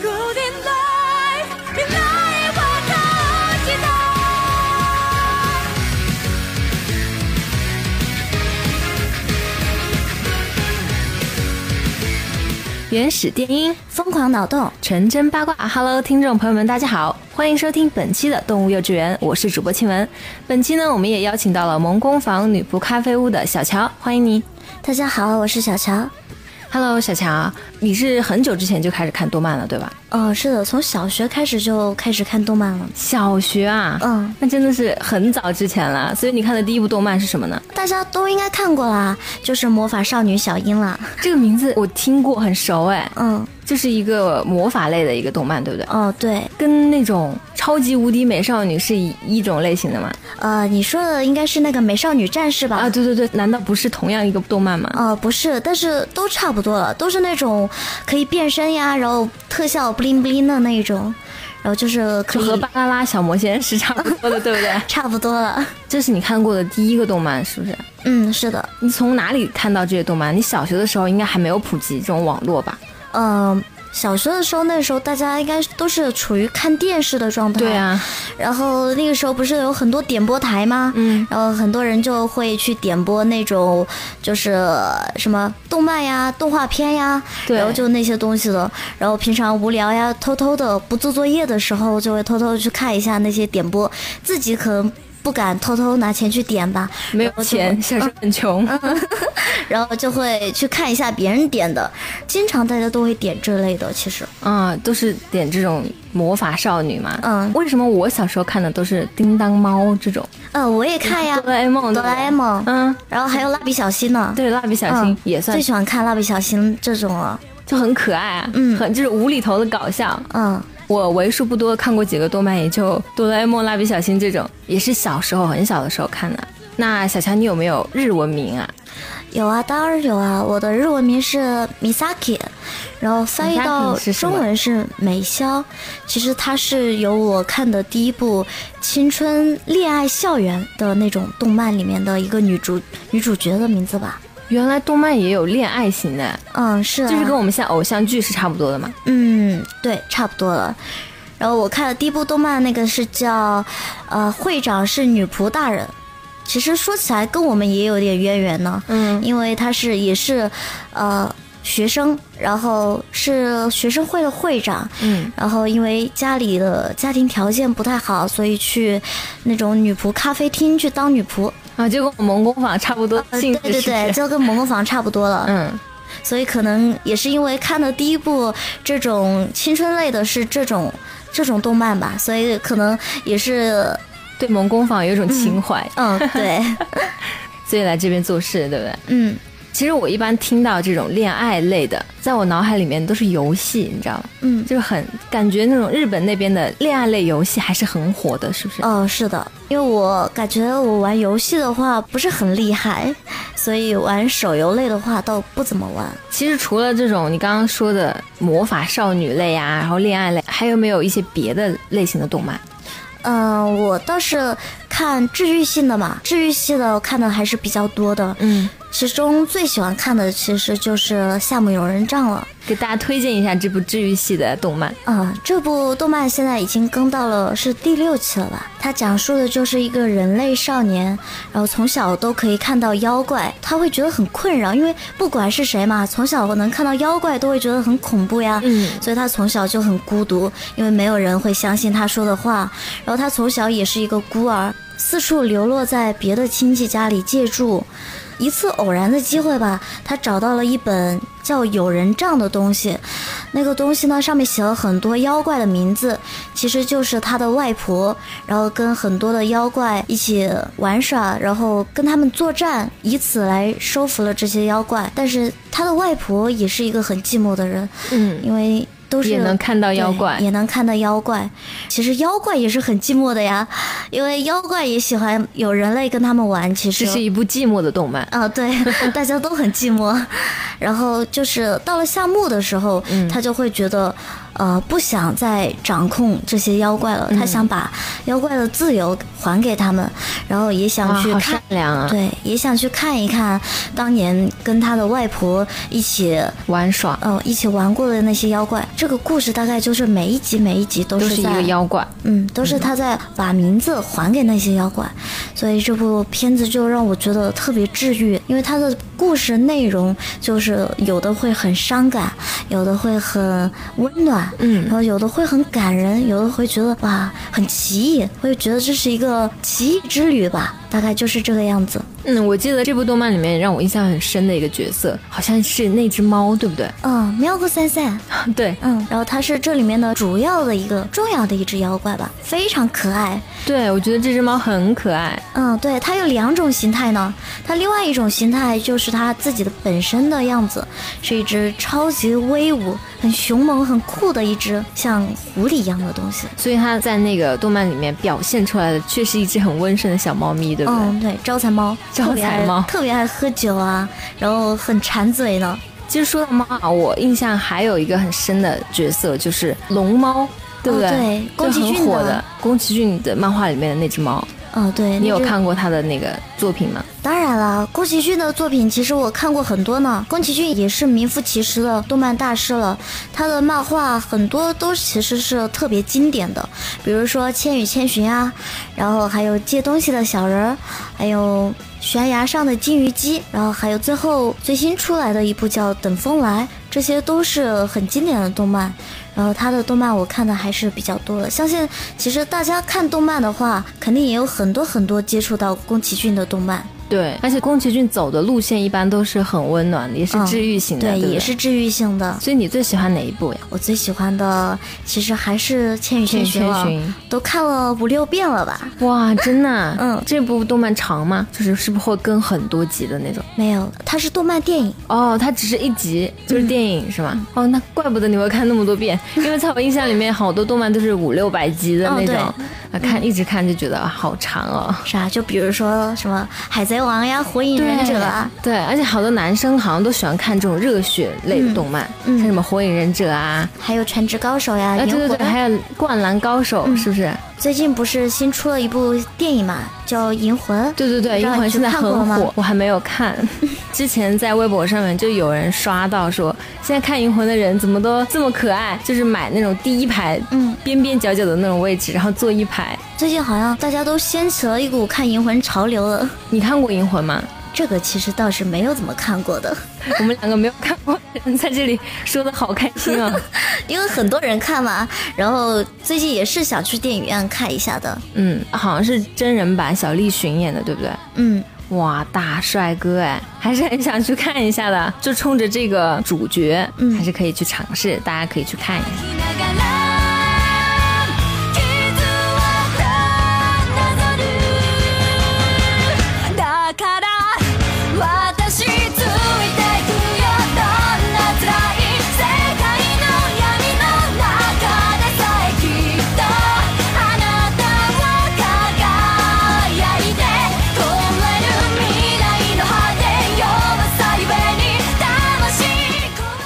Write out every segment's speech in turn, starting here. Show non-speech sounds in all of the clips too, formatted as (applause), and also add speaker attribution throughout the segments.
Speaker 1: 古典来，你来我的吉他。
Speaker 2: 原始电音，疯狂脑洞，纯真八卦。Hello，听众朋友们，大家好，欢迎收听本期的动物幼稚园，我是主播庆文。本期呢，我们也邀请到了萌工坊女仆咖啡屋的小乔，欢迎你。
Speaker 3: 大家好，我是小乔。
Speaker 2: Hello，小乔，啊你是很久之前就开始看动漫了，对吧？
Speaker 3: 哦，是的，从小学开始就开始看动漫了。
Speaker 2: 小学啊，
Speaker 3: 嗯，
Speaker 2: 那真的是很早之前了。所以你看的第一部动漫是什么呢？
Speaker 3: 大家都应该看过啦，就是《魔法少女小樱》啦。
Speaker 2: 这个名字我听过，很熟哎，
Speaker 3: 嗯，
Speaker 2: 就是一个魔法类的一个动漫，对不对？
Speaker 3: 哦，对，
Speaker 2: 跟那种超级无敌美少女是一一种类型的嘛？
Speaker 3: 呃，你说的应该是那个美少女战士吧？
Speaker 2: 啊，对对对，难道不是同样一个动漫吗？
Speaker 3: 呃，不是，但是都差不多了，都是那种可以变身呀，然后特效 bling bling 的那一种，然后就是可
Speaker 2: 就和
Speaker 3: 以
Speaker 2: 巴啦啦小魔仙是差不多的，对不对？
Speaker 3: 差不多了。
Speaker 2: (laughs) 这是你看过的第一个动漫，是不是？
Speaker 3: 嗯，是的，
Speaker 2: 你从哪里看到这些动漫？你小学的时候应该还没有普及这种网络吧？
Speaker 3: 嗯、小学的时候，那时候大家应该都是处于看电视的状态。
Speaker 2: 对啊，
Speaker 3: 然后那个时候不是有很多点播台吗？
Speaker 2: 嗯，
Speaker 3: 然后很多人就会去点播那种就是呃什么动漫呀、动画片呀，
Speaker 2: 对
Speaker 3: 然后就那些东西的。然后平常无聊呀，偷偷的不做作业的时候，就会偷偷地去看一下那些点播，自己可能不敢偷偷拿钱去点吧，
Speaker 2: 没有嗯钱，小时候很穷。
Speaker 3: 然后就会去看一下别人点的。经常大家都会点这类的，其实，
Speaker 2: 嗯，都是点这种魔法少女嘛。
Speaker 3: 嗯
Speaker 2: 为什么我小时候看的都是叮当猫这种？
Speaker 3: 呃，我也看 (laughs) 呀
Speaker 2: 啊哆，啦 A 梦，
Speaker 3: 哆啦 A 梦
Speaker 2: 对不对嗯，
Speaker 3: 然后还有蜡笔小新呢。
Speaker 2: 对，蜡笔小新
Speaker 3: 嗯
Speaker 2: 也算
Speaker 3: 最，喜欢看蜡笔小新这种了。
Speaker 2: 就很可爱啊，
Speaker 3: 嗯
Speaker 2: 很就是无厘头的搞笑。
Speaker 3: 嗯，
Speaker 2: 我为数不多看过几个动漫，也就哆啦 A 梦、蜡笔小新这种，也是小时候很小的时候看的。那小强，你有没有日文名啊？
Speaker 3: 有啊，当然有啊。我的日文名是 Misaki，然后翻译
Speaker 2: Misaki
Speaker 3: 到
Speaker 2: 是什么
Speaker 3: 中文是美香。其实它是由我看的第一部青春恋爱校园的那种动漫里面的一个女主女主角的名字吧。
Speaker 2: 原来动漫也有恋爱型的，
Speaker 3: 嗯，是、啊，
Speaker 2: 就是跟我们现在偶像剧是差不多的嘛。
Speaker 3: 嗯，对，差不多了。然后我看的第一部动漫那个是叫，呃，会长是女仆大人。其实说起来跟我们也有点渊源呢。
Speaker 2: 嗯，
Speaker 3: 因为他是也是，呃，学生，然后是学生会的会长，
Speaker 2: 嗯，
Speaker 3: 然后因为家里的家庭条件不太好，所以去那种女仆咖啡厅去当女仆，
Speaker 2: 啊，就跟我们工坊差不多
Speaker 3: 呃
Speaker 2: 性质，
Speaker 3: 对对
Speaker 2: 是不
Speaker 3: 对，
Speaker 2: 是
Speaker 3: 就跟萌萌坊差不多了，
Speaker 2: 嗯，
Speaker 3: 所以可能也是因为看的第一部这种青春类的是这种这种动漫吧，所以可能也是，
Speaker 2: 对萌工坊有一种情怀，
Speaker 3: 嗯，对，
Speaker 2: 所以来这边做事，对不对？
Speaker 3: 嗯，
Speaker 2: 其实我一般听到这种恋爱类的，在我脑海里面都是游戏，你知道吗？
Speaker 3: 嗯
Speaker 2: 就是很感觉那种日本那边的恋爱类游戏还是很火的，是不是？
Speaker 3: 哦，是的，因为我感觉我玩游戏的话不是很厉害，所以玩手游类的话倒不怎么玩。
Speaker 2: 其实除了这种你刚刚说的魔法少女类啊，然后恋爱类，还有没有一些别的类型的动漫？
Speaker 3: 嗯、我倒是看治愈系的嘛，治愈系的我看的还是比较多的，
Speaker 2: 嗯，
Speaker 3: 其中最喜欢看的其实就是《夏目友人帐》了。
Speaker 2: 给大家推荐一下这部治愈系的动漫。
Speaker 3: 啊、这部动漫现在已经更到了是第六期了吧？它讲述的就是一个人类少年，然后从小都可以看到妖怪，他会觉得很困扰，因为不管是谁嘛，从小能看到妖怪都会觉得很恐怖呀。
Speaker 2: 嗯
Speaker 3: 所以他从小就很孤独，因为没有人会相信他说的话。然后他从小也是一个孤儿，四处流落在别的亲戚家里借住。一次偶然的机会吧，他找到了一本叫《友人帐》的东西，那个东西呢，上面写了很多妖怪的名字，其实就是他的外婆，然后跟很多的妖怪一起玩耍，然后跟他们作战，以此来收服了这些妖怪。但是他的外婆也是一个很寂寞的人，
Speaker 2: 嗯，
Speaker 3: 因为都是
Speaker 2: 也能看到
Speaker 3: 对
Speaker 2: 妖怪
Speaker 3: 也能看到妖怪。其实妖怪也是很寂寞的呀，因为妖怪也喜欢有人类跟他们玩。其
Speaker 2: (laughs)
Speaker 3: 实
Speaker 2: 这是一部寂寞的动漫。
Speaker 3: 啊、对，大家都很寂寞。然后就是到了夏目的时候，
Speaker 2: 嗯
Speaker 3: 他就会觉得，呃，不想再掌控这些妖怪
Speaker 2: 嗯
Speaker 3: 了，他想把妖怪的自由还给他们，然后也
Speaker 2: 哇，
Speaker 3: 想去
Speaker 2: 好
Speaker 3: 看
Speaker 2: 善良啊！
Speaker 3: 对，也想去看一看当年跟他的外婆一起，
Speaker 2: 玩耍
Speaker 3: 呃，一起玩过的那些妖怪。这个故事大概就是每一集每一集都
Speaker 2: 都
Speaker 3: 是
Speaker 2: 是一
Speaker 3: 在，
Speaker 2: 个妖怪。
Speaker 3: 嗯，都是他在把名字还给那些妖怪。所以这部片子就让我觉得特别治愈，因为它的故事内容就是有的会很伤感，有的会很温暖，然
Speaker 2: 嗯，
Speaker 3: 后有的会很感人，有的会觉得哇很奇异，会觉得这是一个奇异之旅吧，大概就是这个样子。
Speaker 2: 嗯，我记得这部动漫里面让我印象很深的一个角色，好像是那只猫，对不对？
Speaker 3: 嗯，喵哥三三，
Speaker 2: (laughs) 对
Speaker 3: 嗯，然后它是这里面的主要的一个重要的一只妖怪吧，非常可爱。
Speaker 2: 对，我觉得这只猫很可爱。
Speaker 3: 嗯，对，它有两种形态呢。它另外一种形态就是它自己的本身的样子，是一只超级威武、很凶猛、很酷的一只像狐狸一样的东西。
Speaker 2: 所以它在那个动漫里面表现出来的，却是一只很温顺的小猫咪，对不对？
Speaker 3: 嗯，对，招财猫，
Speaker 2: 招
Speaker 3: 特别
Speaker 2: 财
Speaker 3: 爱
Speaker 2: 猫
Speaker 3: 特别爱喝酒啊，然后很馋嘴呢。
Speaker 2: 其实说到猫啊，我印象还有一个很深的角色就是龙猫，对不对？
Speaker 3: 哦对
Speaker 2: 就
Speaker 3: 宫崎骏
Speaker 2: 很
Speaker 3: 的
Speaker 2: 火的宫崎骏的漫画里面的那只猫，
Speaker 3: 嗯，对，
Speaker 2: 你有
Speaker 3: 那只
Speaker 2: 看过他的那个作品吗？
Speaker 3: 当然了，宫崎骏的作品其实我看过很多呢。宫崎骏也是名副其实的动漫大师了，他的漫画很多都其实是特别经典的，比如说《千与千寻》啊，然后还有《借东西的小人》，儿，还有《悬崖上的金鱼姬》，然后还有最后最新出来的一部叫《等风来》，这些都是很经典的动漫。然后他的动漫我看的还是比较多的，相信其实大家看动漫的话，肯定也有很多很多接触到宫崎骏的动漫。
Speaker 2: 对，而且宫崎骏走的路线一般都是很温暖的，也是
Speaker 3: 嗯
Speaker 2: 治愈型的，对不对
Speaker 3: 也是。治愈性的。
Speaker 2: 所以你最喜欢哪一部呀？
Speaker 3: 我最喜欢的其实还是《千与千寻》了
Speaker 2: 千与千，
Speaker 3: 都看了五六遍了吧？
Speaker 2: 哇，真的、
Speaker 3: 嗯
Speaker 2: 这部动漫长吗？就是是不是会跟很多集的那种？
Speaker 3: 没有，它是动漫电影。
Speaker 2: 哦，它只是一集，就是电影、
Speaker 3: 嗯
Speaker 2: 是吗？哦，那怪不得你会看那么多
Speaker 3: (laughs)
Speaker 2: 遍，因为在我印象里面，好多动漫都是五六百集的那种，
Speaker 3: 哦
Speaker 2: 啊，看一直看就觉得啊好长哦。
Speaker 3: 是啊，就比如说什么《海贼王》呀，《火影忍者》啊，
Speaker 2: 对，而且好多男生好像都喜欢看这种热血类的动漫，
Speaker 3: 嗯嗯
Speaker 2: 像什么《火影忍者》啊，
Speaker 3: 还有《全职高手》呀，
Speaker 2: 啊，对
Speaker 3: 萤
Speaker 2: 对
Speaker 3: 火嗯
Speaker 2: 对，还有《灌篮高手》是不是？
Speaker 3: 最近不是新出了一部电影嘛，叫《银魂》。
Speaker 2: 对对对，
Speaker 3: 不知
Speaker 2: 银
Speaker 3: 道
Speaker 2: 魂
Speaker 3: 你
Speaker 2: 现在
Speaker 3: 看过了
Speaker 2: 很
Speaker 3: 吗
Speaker 2: 火，我还没有
Speaker 3: (laughs)
Speaker 2: 看。之前在微博上面就有人刷到说，现在看银魂的人怎么都这么可爱，就是买那种第一排，
Speaker 3: 嗯，
Speaker 2: 边边角角的那种位置，然后坐一排。
Speaker 3: 最近好像大家都掀起了一股看《银魂》潮流了。
Speaker 2: 你看过银魂
Speaker 3: (laughs)
Speaker 2: 吗？
Speaker 3: 这个其实倒是没有怎么看过的，
Speaker 2: 我们两个没有看过，在这里说的好开心
Speaker 3: (laughs)
Speaker 2: 啊！
Speaker 3: 因为很多人看嘛，然后最近也是想去电影院看一下的。
Speaker 2: 嗯，好像是真人版小栗旬演的，对不对？
Speaker 3: 嗯，
Speaker 2: 哇，大帅哥哎，还是很想去看一下的。就冲着这个主角，
Speaker 3: 嗯
Speaker 2: 还是可以去尝试，大家可以去看一下。
Speaker 1: きながら傷をたなぞるだから私ついてくよどんな辛い世界の闇の中でさえきっとあなたは輝いて凍れる未来の果てよさゆえに魂込め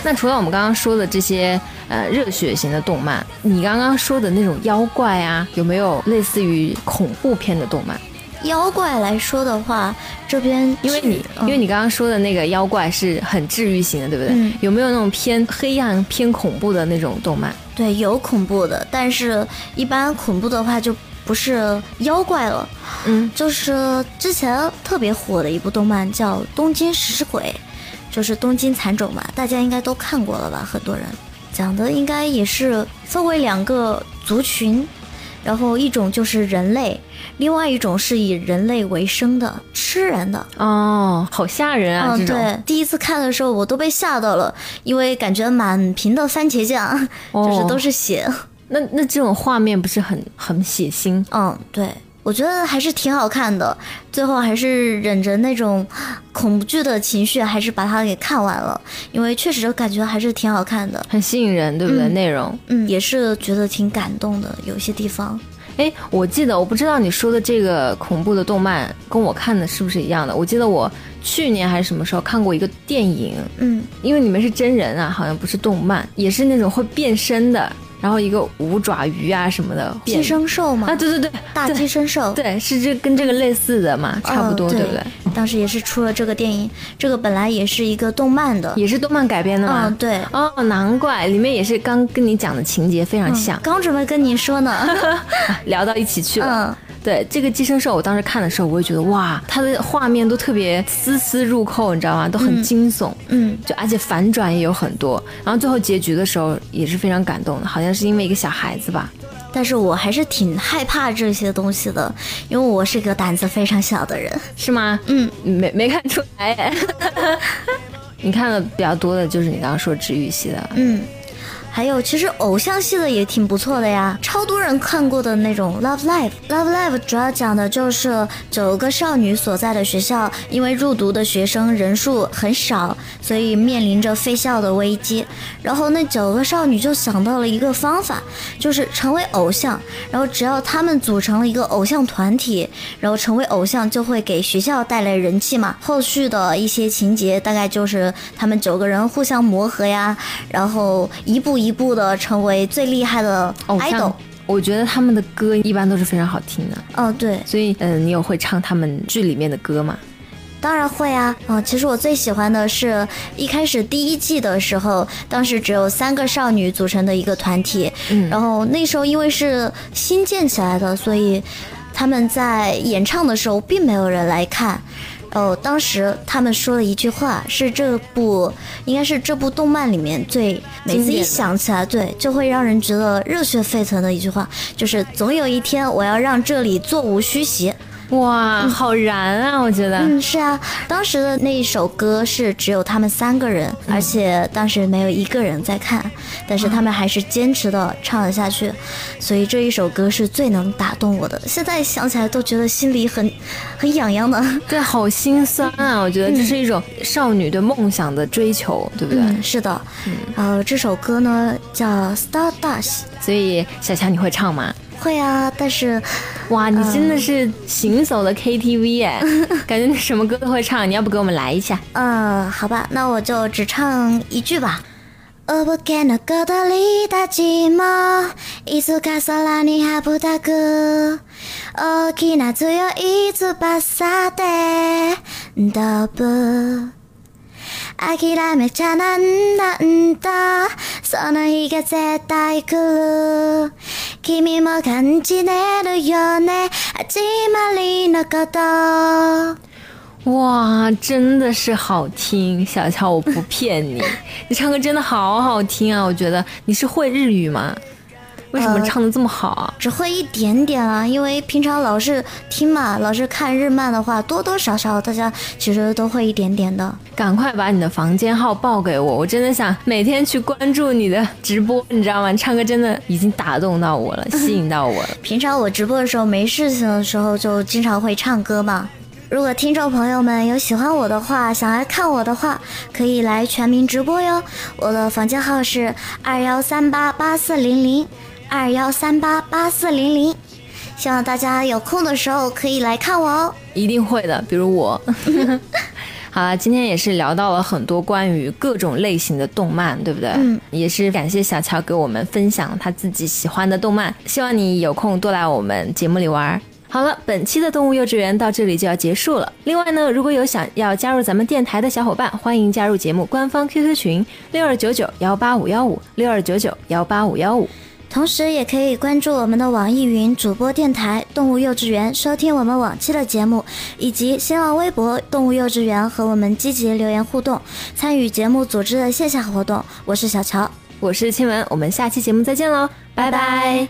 Speaker 2: 那除了我们刚刚说的这些呃热血型的动漫，你刚刚说的那种妖怪啊，有没有类似于恐怖片的动漫？
Speaker 3: 妖怪来说的话，这边
Speaker 2: 因为你、
Speaker 3: 嗯
Speaker 2: 因为你刚刚说的那个妖怪是很治愈型的，对不对？
Speaker 3: 嗯
Speaker 2: 有没有那种偏黑暗、偏恐怖的那种动漫？
Speaker 3: 对有恐怖的，但是一般恐怖的话就不是妖怪了，
Speaker 2: 嗯，
Speaker 3: 就是之前特别火的一部动漫叫《东京食尸鬼》，就是东京残种嘛，大家应该都看过了吧？很多人讲的应该也是分为两个族群，然后一种就是人类，另外一种是以人类为生的吃人的。
Speaker 2: 哦，好吓人啊！这
Speaker 3: 嗯，
Speaker 2: 种
Speaker 3: 对，第一次看的时候我都被吓到了，因为感觉满屏的番茄酱，
Speaker 2: 哦
Speaker 3: 就是都是血。
Speaker 2: 那那这种画面不是很很血腥？
Speaker 3: 嗯，对，我觉得还是挺好看的。最后还是忍着那种恐惧的情绪，还是把它给看完了，因为确实感觉还是挺好看的。嗯
Speaker 2: 很吸引人，对不对？内容。
Speaker 3: 嗯，也是觉得挺感动的，有些地方。
Speaker 2: 哎，我记得我不知道你说的这个恐怖的动漫跟我看的是不是一样的？我记得我去年还是什么时候看过一个电影，
Speaker 3: 嗯，
Speaker 2: 因为你们是真人啊，好像不是动漫，也是那种会变身的，然后一个五爪鱼啊什么的变
Speaker 3: 寄生兽嘛
Speaker 2: 啊，，对对对，
Speaker 3: 大
Speaker 2: 对
Speaker 3: 寄生兽，
Speaker 2: 对是这跟这个类似的嘛，差不多、
Speaker 3: 嗯
Speaker 2: 对
Speaker 3: 对
Speaker 2: 不对？？
Speaker 3: 当时也是出了这个电影，这个本来也是一个动漫的，
Speaker 2: 也是动漫改编的嘛。
Speaker 3: 嗯，对，
Speaker 2: 哦，难怪里面也是刚跟你讲的情节非常像啊
Speaker 3: 嗯，刚准备跟你
Speaker 2: (laughs)
Speaker 3: 说呢，
Speaker 2: 聊到一起去了。
Speaker 3: 嗯，
Speaker 2: 对这个寄生兽，我当时看的时候，我也觉得哇，它的画面都特别丝丝入扣，你知道吗？都很惊悚，
Speaker 3: 嗯，
Speaker 2: 就而且反转也有很多。然后最后结局的时候也是非常感动的，好像是因为一个小孩子吧。
Speaker 3: 但是我还是挺害怕这些东西的，因为我是个胆子非常小的人。
Speaker 2: 是吗？
Speaker 3: 嗯，
Speaker 2: 没没看出来。 (laughs) 你看的比较多的就是你刚刚说治愈系的，
Speaker 3: 嗯，还有其实偶像系的也挺不错的呀，超多人看过的那种《Love Live》。《Love Live》主要讲的就是九个少女所在的学校，因为入读的学生人数很少，所以面临着废校的危机。然后那九个少女就想到了一个方法，就是成为偶像。然后只要她们组成了一个偶像团体，然后成为偶像就会给学校带来人气嘛。后续的一些情节大概就是他们九个人互相磨合呀，然后一步一步的成为最厉害的
Speaker 2: 偶像
Speaker 3: idol。
Speaker 2: 我觉得他们的歌一般都是非常好听的，
Speaker 3: 嗯，对，
Speaker 2: 所以嗯、呃你有会唱他们剧里面的歌吗？
Speaker 3: 当然会啊。嗯、其实我最喜欢的是一开始第一季的时候，当时只有三个少女组成的一个团体，
Speaker 2: 嗯
Speaker 3: 然后那时候因为是新建起来的，所以他们在演唱的时候并没有人来看。哦，当时他们说了一句话，是这部应该是这部动漫里面最每
Speaker 2: 经
Speaker 3: 次
Speaker 2: 典
Speaker 3: 一
Speaker 2: 的
Speaker 3: 想起来，对，就会让人觉得热血沸腾的一句话，就是总有一天我要让这里座无虚席。
Speaker 2: 哇，好燃啊！我觉得，
Speaker 3: 嗯，是啊，当时的那一首歌是只有他们三个人，而且当时没有一个人在看，但是他们还是坚持的唱了下去，所以这一首歌是最能打动我的。现在想起来都觉得心里很很痒痒的。
Speaker 2: 对，好心酸啊！我觉得这是一种少女对梦想的追求，对不对？
Speaker 3: 嗯，是的，呃，这首歌呢叫《Stardust》，
Speaker 2: 所以小强，你会唱吗？
Speaker 3: 会啊，但是
Speaker 2: 哇，你
Speaker 3: 嗯
Speaker 2: 真的是行走的 KTV
Speaker 3: (laughs)
Speaker 2: 哎，感觉你什么歌都会唱。你要不给我们来一下？
Speaker 3: 呃，好吧，那我就只唱一句吧。おぼけの小鳥たちも、いつか空に羽ばたく。大きな強い翼で飛ぶ。諦めちゃなんだんだ。その日が絶対来る。君も感じれるよね。始まりのこと。
Speaker 2: 哇，真的是好听，小乔，我不骗你，你唱歌真的好好听啊！我觉得你是会日语吗？为什么
Speaker 3: 呃
Speaker 2: 唱的这么好啊？
Speaker 3: 只会一点点啊，因为平常老是听嘛，老是看日漫的话，多多少少大家其实都会一点点的。
Speaker 2: 赶快把你的房间号报给我，我真的想每天去关注你的直播，你知道吗？你唱歌真的已经打动到我了，吸引到我了。
Speaker 3: 平常我直播的时候没事情的时候，就经常会唱歌嘛。如果听众朋友们有喜欢我的话，想来看我的话，可以来全民直播哟。我的房间号是二幺三八八四零零二幺三八八四零零，希望大家有空的时候可以来看我哦。
Speaker 2: 一定会的，比如我。 (laughs) 好了，今天也是聊到了很多关于各种类型的动漫，对不对？
Speaker 3: 嗯，
Speaker 2: 也是感谢小乔给我们分享他自己喜欢的动漫，希望你有空多来我们节目里玩儿。好了，本期的动物幼稚园到这里就要结束了。另外呢，如果有想要加入咱们电台的小伙伴，欢迎加入节目官方 QQ 群六二九九幺八五幺五六二九九幺八五幺五。
Speaker 3: 同时也可以关注我们的网易云主播电台“动物幼稚园”，收听我们往期的节目，以及新浪微博“动物幼稚园”和我们积极留言互动，参与节目组织的线下活动。我是小乔，
Speaker 2: 我是亲文，我们下期节目再见喽，拜拜